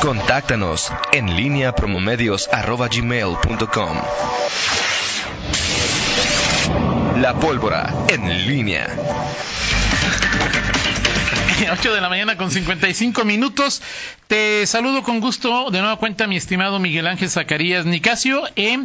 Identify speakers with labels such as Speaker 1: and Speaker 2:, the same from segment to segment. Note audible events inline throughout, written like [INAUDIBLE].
Speaker 1: Contáctanos en línea promomedios.com. La pólvora en línea.
Speaker 2: [LAUGHS] 8 de la mañana con 55 minutos. Te saludo con gusto. De nueva cuenta, mi estimado Miguel Ángel Zacarías Nicasio. Eh,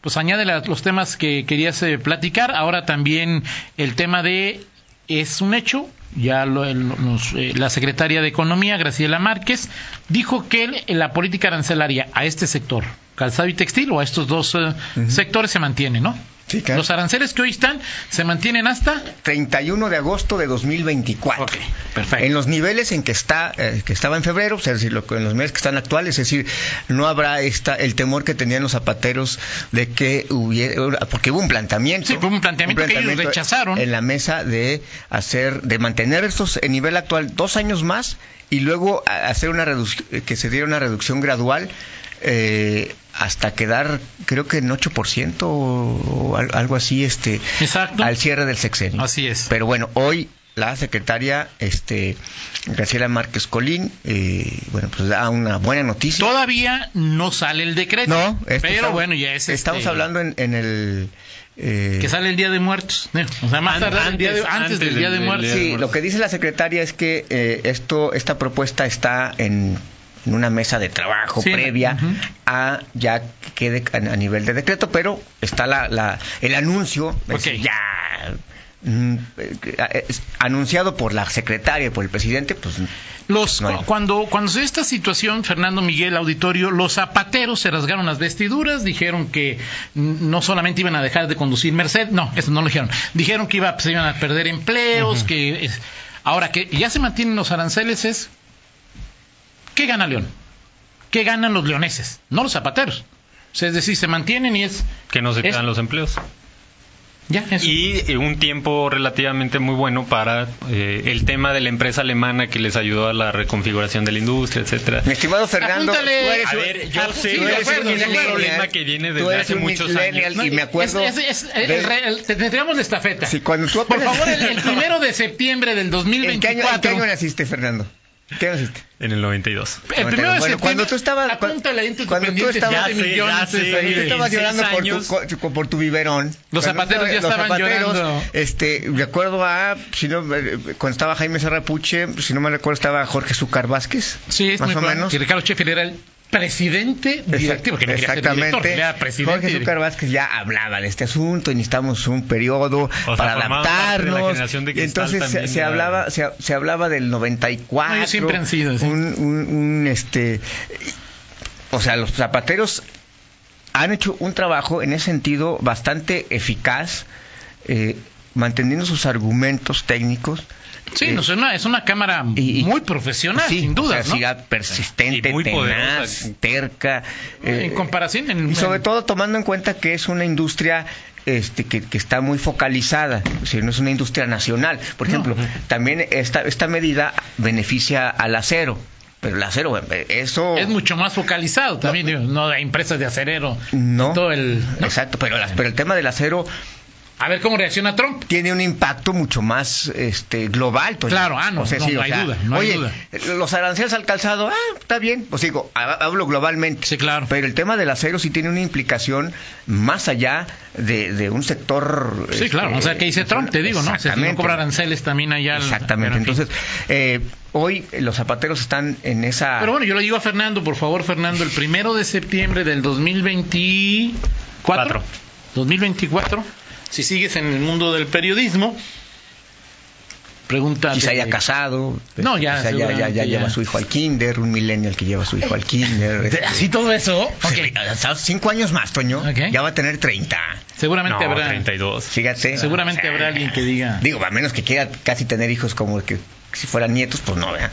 Speaker 2: pues añade los temas que querías eh, platicar. Ahora también el tema de. Es un hecho, ya lo, nos, eh, la secretaria de Economía, Graciela Márquez, dijo que el, la política arancelaria a este sector, calzado y textil, o a estos dos eh, uh -huh. sectores se mantiene, ¿no?
Speaker 3: Sí, claro.
Speaker 2: Los aranceles que hoy están se mantienen hasta
Speaker 3: 31 de agosto de 2024.
Speaker 2: Okay, perfecto.
Speaker 3: En los niveles en que está eh, que estaba en febrero, o sea, es decir, lo, en los meses que están actuales, es decir, no habrá esta el temor que tenían los zapateros de que hubiera porque hubo un planteamiento,
Speaker 2: sí, hubo un planteamiento, un planteamiento que ellos rechazaron
Speaker 3: en la mesa de hacer de mantener estos en nivel actual dos años más y luego hacer una que se diera una reducción gradual eh, hasta quedar creo que en 8% o algo así este
Speaker 2: Exacto.
Speaker 3: al cierre del sexenio.
Speaker 2: Así es.
Speaker 3: Pero bueno, hoy la secretaria este Graciela Márquez Colín eh, bueno pues da una buena noticia.
Speaker 2: Todavía no sale el decreto.
Speaker 3: No,
Speaker 2: pero estamos, bueno, ya es
Speaker 3: Estamos
Speaker 2: este,
Speaker 3: hablando en, en el
Speaker 2: eh, que sale el Día de Muertos. O sea, más tarde, antes, día de, antes, antes, del Día de, de Muertos.
Speaker 3: Sí, lo que dice la secretaria es que eh, esto, esta propuesta está en, en una mesa de trabajo sí, previa uh -huh. a ya que quede a, a, nivel de decreto, pero está la, la el anuncio.
Speaker 2: Okay.
Speaker 3: Es, ya mm, es, anunciado por la secretaria por el presidente pues
Speaker 2: los no cuando cuando se dio esta situación Fernando Miguel auditorio los zapateros se rasgaron las vestiduras dijeron que no solamente iban a dejar de conducir Merced no eso no lo dijeron dijeron que iba se iban a perder empleos uh -huh. que es, ahora que ya se mantienen los aranceles es qué gana León qué ganan los leoneses no los zapateros o sea, es decir se mantienen y es
Speaker 4: que no se quedan
Speaker 2: es,
Speaker 4: los empleos
Speaker 2: ya,
Speaker 4: y eh, un tiempo relativamente muy bueno para eh, el tema de la empresa alemana que les ayudó a la reconfiguración de la industria, etcétera.
Speaker 3: Mi estimado Fernando,
Speaker 2: Apúntale,
Speaker 4: eres, a ver, yo
Speaker 3: Ah,
Speaker 4: sé sí,
Speaker 3: es
Speaker 4: un problema que viene desde hace muchos años.
Speaker 3: Y me acuerdo.
Speaker 2: Es, es, es, de... el, el, te tendríamos la estafeta.
Speaker 3: Sí, cuando tú
Speaker 2: Por favor, el,
Speaker 3: [LAUGHS]
Speaker 2: el, primero de septiembre del 2024.
Speaker 3: ¿En qué año, en qué año naciste, Fernando? ¿Qué naciste?
Speaker 4: En el 92.
Speaker 2: El primero de bueno,
Speaker 3: cuando tú estabas cuando, cuando tú estabas,
Speaker 2: de millones,
Speaker 3: sé, sé, tú estabas llorando por tu, por tu biberón.
Speaker 2: Los zapateros ya
Speaker 3: los
Speaker 2: estaban
Speaker 3: zapateros,
Speaker 2: llorando.
Speaker 3: Este, recuerdo a si no eh, cuando estaba Jaime Serrapuche, si no me recuerdo estaba Jorge Zucar Vázquez.
Speaker 2: Sí, es
Speaker 3: más
Speaker 2: muy
Speaker 3: o
Speaker 2: claro.
Speaker 3: menos.
Speaker 2: Y Ricardo Sheffield era el presidente directivo, que no
Speaker 3: Exactamente.
Speaker 2: Ser director, era presidente.
Speaker 3: Jorge Zucar Vázquez ya hablaba de este asunto y necesitamos un periodo
Speaker 4: o sea,
Speaker 3: para
Speaker 4: adaptarnos.
Speaker 3: Entonces se, se, hablaba, se, se, hablaba del 94.
Speaker 2: No, siempre han sido así.
Speaker 3: Un, un, un, este, o sea, los zapateros han hecho un trabajo en ese sentido bastante eficaz, eh, manteniendo sus argumentos técnicos.
Speaker 2: Sí, eh, no, es, una, es una cámara y, muy profesional,
Speaker 3: sí,
Speaker 2: sin duda.
Speaker 3: O sea,
Speaker 2: ¿no?
Speaker 3: persistente,
Speaker 4: y muy
Speaker 3: tenaz,
Speaker 4: poderosa.
Speaker 3: terca.
Speaker 2: Eh, en comparación. En,
Speaker 3: y sobre
Speaker 2: en...
Speaker 3: todo tomando en cuenta que es una industria este, que, que, está muy focalizada, o sea, no es una industria nacional. Por ejemplo, no. también esta, esta medida beneficia al acero. Pero el acero, eso...
Speaker 2: Es mucho más focalizado también, no, digo, no hay empresas de acerero.
Speaker 3: No,
Speaker 2: todo el,
Speaker 3: no. exacto, pero, las, pero el tema del acero...
Speaker 2: A ver cómo reacciona Trump.
Speaker 3: Tiene un impacto mucho más este, global. Toño.
Speaker 2: Claro, ah, no,
Speaker 3: o sea,
Speaker 2: no,
Speaker 3: sí,
Speaker 2: no
Speaker 3: o
Speaker 2: hay
Speaker 3: sea,
Speaker 2: duda. No
Speaker 3: oye,
Speaker 2: hay duda.
Speaker 3: los aranceles al calzado, ah, está bien. Pues digo, hablo globalmente.
Speaker 2: Sí, claro.
Speaker 3: Pero el tema del acero sí tiene una implicación más allá de, de un sector.
Speaker 2: Sí, claro. Este, o sea, que dice Trump, te digo, ¿no? O sea, si no cobra aranceles también allá. al-
Speaker 3: Exactamente. Entonces, eh, hoy los zapateros están en esa.
Speaker 2: Pero bueno, yo le digo a Fernando, por favor, Fernando, el primero de septiembre del 2024. 2024 si sigues en el mundo del periodismo, pregunta.
Speaker 3: Quizá haya casado.
Speaker 2: No, ya,
Speaker 3: quizá ya, ya, ya, lleva a su hijo al kinder, un millennial que lleva a su hijo
Speaker 2: [LAUGHS]
Speaker 3: al kinder.
Speaker 2: Así todo eso.
Speaker 3: Sí, hasta Cinco años más, Toño.
Speaker 2: Ok.
Speaker 3: Ya va a tener 30.
Speaker 2: Seguramente
Speaker 4: No,
Speaker 2: habrá.
Speaker 4: 32.
Speaker 3: Fíjate.
Speaker 2: Seguramente habrá alguien que diga.
Speaker 3: Digo, a menos que quiera casi tener hijos como que si fueran nietos, pues no,
Speaker 2: [LAUGHS]
Speaker 3: vean.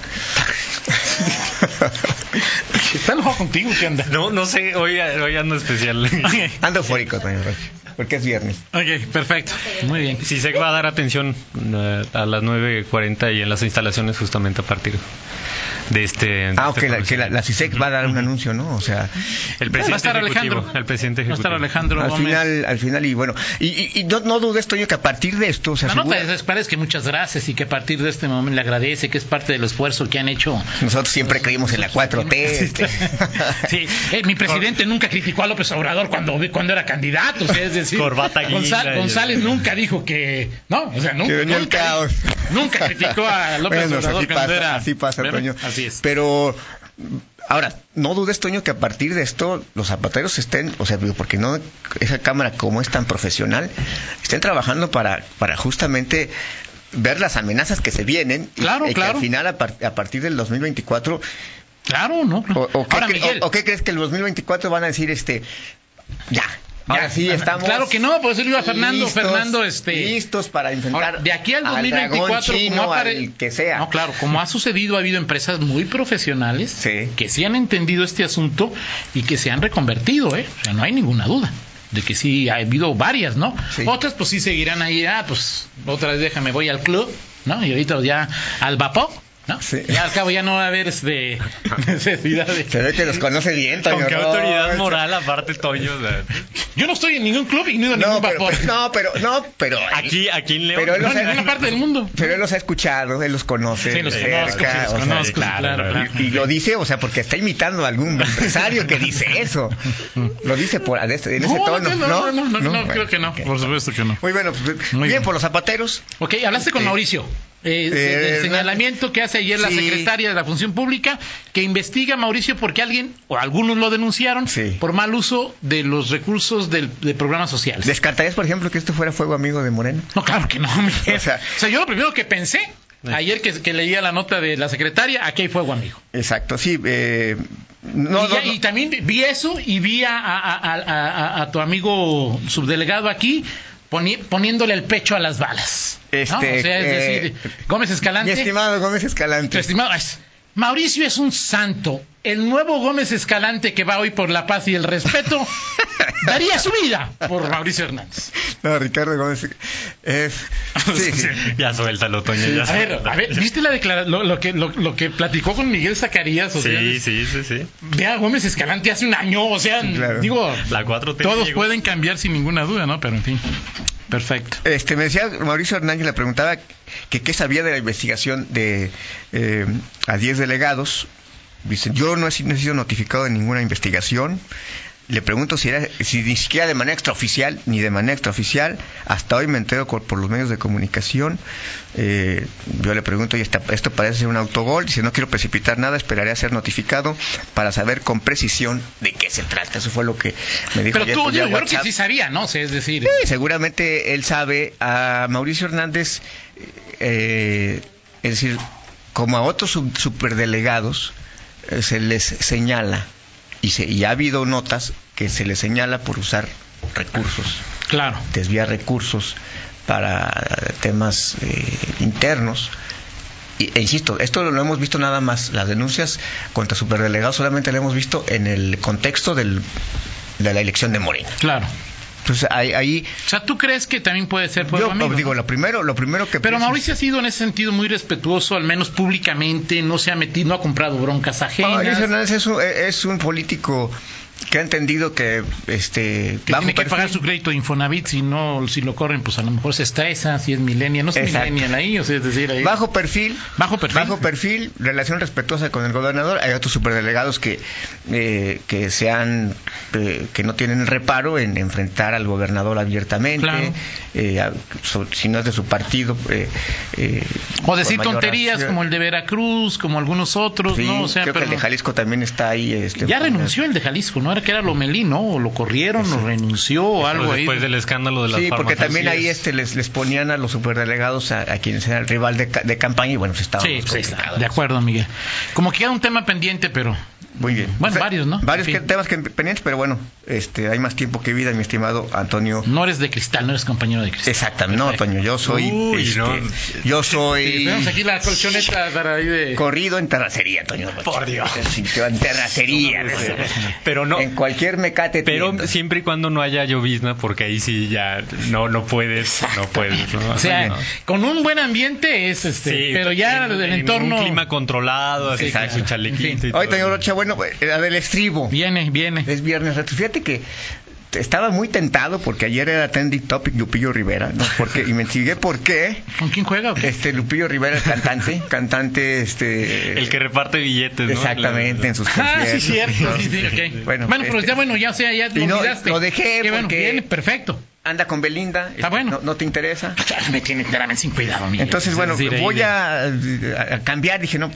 Speaker 2: Está enojado contigo, ¿qué anda?
Speaker 4: No, no sé, hoy, hoy ando especial.
Speaker 3: [LAUGHS] Ando eufórico, Toño. porque es viernes.
Speaker 2: Ok, perfecto. Muy bien.
Speaker 4: Si se va a dar atención eh, a las 9.40 y en las instalaciones justamente a partir de este... de
Speaker 3: Ah, ok,
Speaker 4: este
Speaker 3: la, que la, la CISEC va a dar un anuncio, ¿no? O sea,
Speaker 4: El
Speaker 2: Va a
Speaker 4: presidente
Speaker 2: estar
Speaker 4: ejecutivo,
Speaker 2: Alejandro.
Speaker 4: El presidente
Speaker 2: Va a estar
Speaker 4: ejecutivo.
Speaker 2: Alejandro
Speaker 3: al
Speaker 2: Gómez.
Speaker 3: final, al final y bueno, y, y- y no, no dudes, Toño, que a partir de esto se
Speaker 2: La nota
Speaker 3: asegura...
Speaker 2: pues, es, es- parece que muchas gracias y que a partir de este momento le agradece, que es parte del esfuerzo que han hecho.
Speaker 3: Nosotros siempre creímos en la 4T. este. [LAUGHS]
Speaker 2: Sí, eh, mi presidente nunca criticó a López Obrador cuando, cuando era candidato, o sea, es decir,
Speaker 4: Corbata guinda
Speaker 2: Gonzá-
Speaker 4: y-
Speaker 2: González nunca dijo que, no, o sea, nunca,
Speaker 3: Que venía el
Speaker 2: nunca,
Speaker 3: caos.
Speaker 2: nunca criticó a López
Speaker 3: Bueno,
Speaker 2: Obrador
Speaker 3: así
Speaker 2: cuando
Speaker 3: pasa,
Speaker 2: era...
Speaker 3: así pasa,
Speaker 2: ¿verdad?
Speaker 3: Toño.
Speaker 2: Así es.
Speaker 3: Pero ahora, no dudes, Toño, que a partir de esto los zapateros estén, o sea, digo, porque no esa cámara como es tan profesional, estén trabajando para para justamente ver las amenazas que se vienen y-
Speaker 2: Claro,
Speaker 3: y, que
Speaker 2: claro.
Speaker 3: al final a, par- a partir del 2024
Speaker 2: Claro, ¿no?
Speaker 3: o, o qué
Speaker 2: Ahora,
Speaker 3: cre-
Speaker 2: Miguel,
Speaker 3: o- o qué crees que el 2024 van a decir este ya, ahora
Speaker 2: ya,
Speaker 3: sí estamos
Speaker 2: ah, Claro que no, por eso digo a Fernando,
Speaker 3: listos,
Speaker 2: Fernando, este...
Speaker 3: listos para enfrentar
Speaker 2: Ahora, de aquí al
Speaker 3: dragón
Speaker 2: 2024,
Speaker 3: chino,
Speaker 2: como ha pare-
Speaker 3: al que sea.
Speaker 2: No, claro, como ha sucedido, ha habido empresas muy profesionales
Speaker 3: Sí.
Speaker 2: que sí han entendido este asunto y que se han reconvertido, ¿eh? O sea, no hay ninguna duda de que sí ha habido varias, ¿no?
Speaker 3: Sí.
Speaker 2: Otras pues sí seguirán ahí, ah, pues otra vez déjame, voy al club, ¿no? Y ahorita ya al vapor, ¿no?
Speaker 3: Sí.
Speaker 2: Ya al cabo ya no va a haber
Speaker 3: [LAUGHS]
Speaker 2: este, necesidad de...
Speaker 3: Se ve que los conoce bien, Toño.
Speaker 4: Con qué
Speaker 3: no,
Speaker 4: autoridad
Speaker 3: este-
Speaker 4: moral, aparte, Toño. o sea,
Speaker 2: Yo no estoy en ningún club y no he ido a
Speaker 3: No
Speaker 2: ningún
Speaker 3: pero,
Speaker 2: vapor.
Speaker 3: pues, no, pero, no, pero.
Speaker 4: Aquí, aquí en León.
Speaker 3: Pero él
Speaker 2: No,
Speaker 3: los
Speaker 2: en
Speaker 3: ha-
Speaker 2: ninguna parte del mundo.
Speaker 3: Pero él los ha escuchado, él los conoce.
Speaker 2: Sí, los
Speaker 3: de
Speaker 2: conozco, sí,
Speaker 3: cerca,
Speaker 2: los
Speaker 3: o sea,
Speaker 2: conozco,
Speaker 4: claro,
Speaker 2: claro,
Speaker 4: claro.
Speaker 2: claro.
Speaker 3: Y lo dice, o sea, porque está imitando a algún empresario que dice eso. Lo dice por, en ese en ese tono.
Speaker 2: no, no, no, no,
Speaker 3: Bueno,
Speaker 2: creo que no,
Speaker 3: ok.
Speaker 2: por supuesto que no.
Speaker 3: Muy bueno, pues,
Speaker 2: Muy
Speaker 3: bien,
Speaker 2: bien.
Speaker 3: por los zapateros.
Speaker 2: Ok, hablaste con Mauricio. Eh,
Speaker 3: Este, Eh,
Speaker 2: del
Speaker 3: Hernández.
Speaker 2: señalamiento que hace ayer la
Speaker 3: Sí.
Speaker 2: secretaria de la Función Pública que investiga a Mauricio porque alguien o algunos lo denunciaron
Speaker 3: Sí.
Speaker 2: por mal uso de los recursos del, de programas sociales.
Speaker 3: ¿Descartarías, por ejemplo, que esto fuera fuego amigo de Moreno?
Speaker 2: No, claro que no. Miguel.
Speaker 3: [LAUGHS] O sea- eh.
Speaker 2: o sea, yo lo primero que pensé ayer que, que leía la nota de la secretaria, aquí hay fuego, amigo.
Speaker 3: Exacto, sí. eh, no,
Speaker 2: y, ya-
Speaker 3: no, no.
Speaker 2: y también vi eso y vi a, a- a- a- a- a tu amigo subdelegado aquí poni- poniéndole el pecho a las balas. ¿no?
Speaker 3: Este,
Speaker 2: O sea, es
Speaker 3: eh,
Speaker 2: decir, Gómez
Speaker 3: Mi
Speaker 2: Escalante.
Speaker 3: estimado Gómez Escalante.
Speaker 2: Tu estimado, ay, Mauricio es un santo. El nuevo Gómez Escalante que va hoy por la paz y el
Speaker 3: [LAUGHS]
Speaker 2: respeto daría su vida por Mauricio Hernández.
Speaker 3: No, Ricardo Gómez. Es, sí, sí.
Speaker 4: [LAUGHS] Ya suéltalo, Toño. ya
Speaker 2: A ver,
Speaker 4: suéltalo.
Speaker 2: a ver, ¿viste la declara- lo, lo que, lo, lo que platicó con Miguel Zacarías? O sea,
Speaker 4: Sí, sí, sí, sí.
Speaker 2: ve a Gómez Escalante hace un año, o sea,
Speaker 3: Claro.
Speaker 2: digo,
Speaker 4: La 4T.
Speaker 2: todos
Speaker 4: llegó.
Speaker 2: pueden cambiar sin ninguna duda, ¿no? Pero en fin, perfecto.
Speaker 3: Este, me decía Mauricio Hernández, le preguntaba que qué sabía de la investigación de eh, a 10 delegados. Dicen, yo no he, sido- no he sido notificado de ninguna investigación. Le pregunto si era, si ni siquiera de manera extraoficial, ni de manera extraoficial. Hasta hoy me entero por, por los medios de comunicación. Eh, yo le pregunto, y esta- esto parece ser un autogol. Dice, no quiero precipitar nada, esperaré a ser notificado para saber con precisión de qué se trata. Eso fue lo que me dijo.
Speaker 2: Pero
Speaker 3: ayer
Speaker 2: tú,
Speaker 3: por vía
Speaker 2: yo, yo creo que
Speaker 3: WhatsApp.
Speaker 2: sí sabía, ¿no? O sea, es decir,
Speaker 3: Sí, seguramente él sabe a Mauricio Hernández, eh, es decir, como a otros sub- superdelegados, eh, se les señala, y, se, y ha habido notas que se les señala por usar recursos,
Speaker 2: claro.
Speaker 3: desviar recursos para temas eh, internos. Y- E insisto, esto lo hemos visto nada más, las denuncias contra superdelegados solamente lo hemos visto en el contexto del- de la elección de Morena.
Speaker 2: Claro.
Speaker 3: Entonces ahí- ahí
Speaker 2: O sea, ¿tú crees que también puede ser fuego
Speaker 3: yo
Speaker 2: amigo?
Speaker 3: digo, lo primero, lo primero que
Speaker 2: Pero
Speaker 3: pienso-
Speaker 2: Mauricio ha sido en ese sentido muy respetuoso, al menos públicamente, no se ha metido, no ha comprado broncas ajenas.
Speaker 3: Mauricio "Ah, Hernández es un, eh, es un político que ha entendido que este
Speaker 2: que
Speaker 3: va
Speaker 2: tiene
Speaker 3: un
Speaker 2: que
Speaker 3: perfil-
Speaker 2: pagar su crédito de Infonavit, si no, si lo corren, pues a lo mejor se estresa, si es millennial, no es
Speaker 3: Exacto.
Speaker 2: millennial ahí, o sea, es decir, ahí.
Speaker 3: bajo perfil,
Speaker 2: Bajo perfil.
Speaker 3: bajo perfil, relación respetuosa con el gobernador. Hay otros superdelegados que eh, que sean eh, que no tienen reparo en enfrentar al gobernador abiertamente,
Speaker 2: Claro.
Speaker 3: eh, a- so- si no es de su partido. eh, eh,
Speaker 2: O decir
Speaker 3: con mayor
Speaker 2: tonterías
Speaker 3: acción.
Speaker 2: como el de Veracruz, como algunos otros,
Speaker 3: Sí,
Speaker 2: Pues ¿no? O sea,
Speaker 3: creo
Speaker 2: pero
Speaker 3: que el de Jalisco también está ahí. Este,
Speaker 2: ya
Speaker 3: con-
Speaker 2: renunció el de Jalisco, ¿no? Era que era Lomelí, ¿no? O lo corrieron, o renunció, o
Speaker 4: Pero
Speaker 2: algo ahí.
Speaker 4: Después del escándalo de las
Speaker 3: Sí, porque
Speaker 4: farmacias.
Speaker 3: también ahí este les, les ponían a los superdelegados a, a quienes eran el
Speaker 2: pues,
Speaker 4: pues,
Speaker 3: rival de, ca- de campaña y bueno, pues, se estaban
Speaker 2: Sí, sí, de acuerdo, Miguel. Como que queda un tema pendiente, pero
Speaker 3: Muy bien. Pues,
Speaker 2: Bueno, varios, ¿no?
Speaker 3: Varios
Speaker 2: En fin.
Speaker 3: que- temas que pendientes, pero bueno, este, hay más tiempo que vida, mi estimado Antonio.
Speaker 2: No eres de cristal, no eres compañero de cristal.
Speaker 3: Exactamente, no, Antonio, yo soy.
Speaker 4: Uy,
Speaker 3: este,
Speaker 4: no.
Speaker 3: Yo soy.
Speaker 2: Tenemos aquí la colchoneta para ahí de...
Speaker 3: Corrido en terracería, Toño. Rocha.
Speaker 4: Por Dios.
Speaker 3: Sí, te- En terracería.
Speaker 4: Pero no.
Speaker 3: En cualquier mecate.
Speaker 4: Pero
Speaker 3: tienda.
Speaker 4: siempre y cuando no haya llovizna, porque ahí sí ya no, no puedes, no puedes. ¿no?
Speaker 2: O sea,
Speaker 4: No.
Speaker 2: con un buen ambiente es este,
Speaker 4: Sí,
Speaker 2: pero ya
Speaker 4: en-
Speaker 2: el,
Speaker 4: en
Speaker 2: entorno
Speaker 4: Un clima controlado, así
Speaker 2: Sí,
Speaker 4: con
Speaker 2: claro.
Speaker 4: su chalequito.
Speaker 2: En fin.
Speaker 4: y todo.
Speaker 3: Oye, Toño Rocha, bueno, pues, la del estribo.
Speaker 2: viene, viene.
Speaker 3: Es viernes retro. Fíjate que estaba muy tentado porque ayer era trending topic Lupillo Rivera, ¿no? Porque, y me investigué por qué.
Speaker 2: ¿Con quién juega o qué?
Speaker 3: Este Lupillo Rivera, el cantante, cantante, este.
Speaker 4: El que reparte billetes, ¿no?
Speaker 3: Exactamente, en sus
Speaker 2: [LAUGHS] Ah,
Speaker 3: conciertos.
Speaker 2: sí, cierto.
Speaker 3: ¿no?
Speaker 2: sí, sí, ok.
Speaker 3: Bueno,
Speaker 2: Bueno, pero
Speaker 3: este-
Speaker 2: ya, bueno, ya, o sea, ya
Speaker 3: Y
Speaker 2: lo
Speaker 3: no,
Speaker 2: olvidaste.
Speaker 3: lo dejé
Speaker 2: Qué bueno,
Speaker 3: porque-
Speaker 2: bien, perfecto.
Speaker 3: Anda con Belinda. este,
Speaker 2: bueno.
Speaker 3: No, no te interesa.
Speaker 2: Me tiene claramente sin cuidado, Miguel.
Speaker 3: Entonces,
Speaker 2: Es
Speaker 3: bueno,
Speaker 2: decir, ahí
Speaker 3: voy
Speaker 2: de-
Speaker 3: a, a cambiar. Dije, no.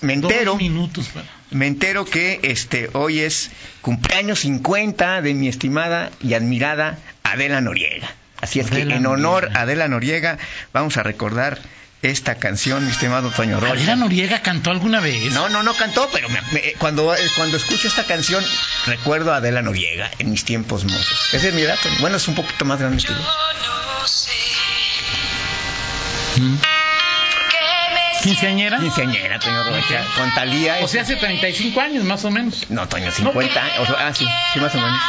Speaker 3: Me
Speaker 2: dos
Speaker 3: entero.
Speaker 2: minutos. bueno.
Speaker 3: Me entero que este hoy es cumpleaños 50 de mi estimada y admirada Adela Noriega. Así es
Speaker 2: Adela
Speaker 3: que en honor
Speaker 2: Noriega.
Speaker 3: a Adela Noriega vamos a recordar esta canción, mi estimado Toño Rocha.
Speaker 2: ¿Adela Noriega cantó alguna vez?
Speaker 3: No, no, no cantó, pero me- me- cuando, eh, cuando escucho esta canción recuerdo a Adela Noriega en mis tiempos mozos. Es de mi edad, Toño. bueno, es un poquito más grande que yo.
Speaker 2: Mm. ¿Quinceañera?
Speaker 3: Quinceañera, Toño Rocha, con Talía.
Speaker 2: O sea, hace 35 años más o menos.
Speaker 3: no, Toño, 50. o sea, ah, sí, sí, más o menos.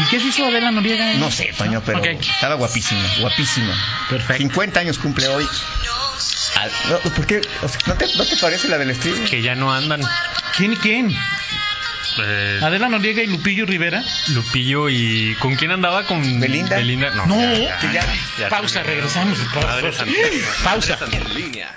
Speaker 2: ¿Y qué se hizo Adela Noriega? eh?
Speaker 3: No sé, Toño, pero
Speaker 2: Ok.
Speaker 3: estaba guapísima, guapísima.
Speaker 2: Perfecto.
Speaker 3: 50 años cumple hoy. Ah, no, ¿Por qué? O sea, ¿no, te, no te parece la del estilo?
Speaker 4: Que ya no andan.
Speaker 2: ¿Quién y quién?
Speaker 4: Eh,
Speaker 2: ¿Adela Noriega y Lupillo Rivera?
Speaker 4: Lupillo y... ¿Con quién andaba? ¿Con
Speaker 3: ¿Belinda?
Speaker 4: No.
Speaker 2: No.
Speaker 4: ya, ya,
Speaker 3: Ya.
Speaker 4: ya.
Speaker 2: Pausa, regresamos.
Speaker 4: Madre santa.
Speaker 2: Pausa.
Speaker 1: En línea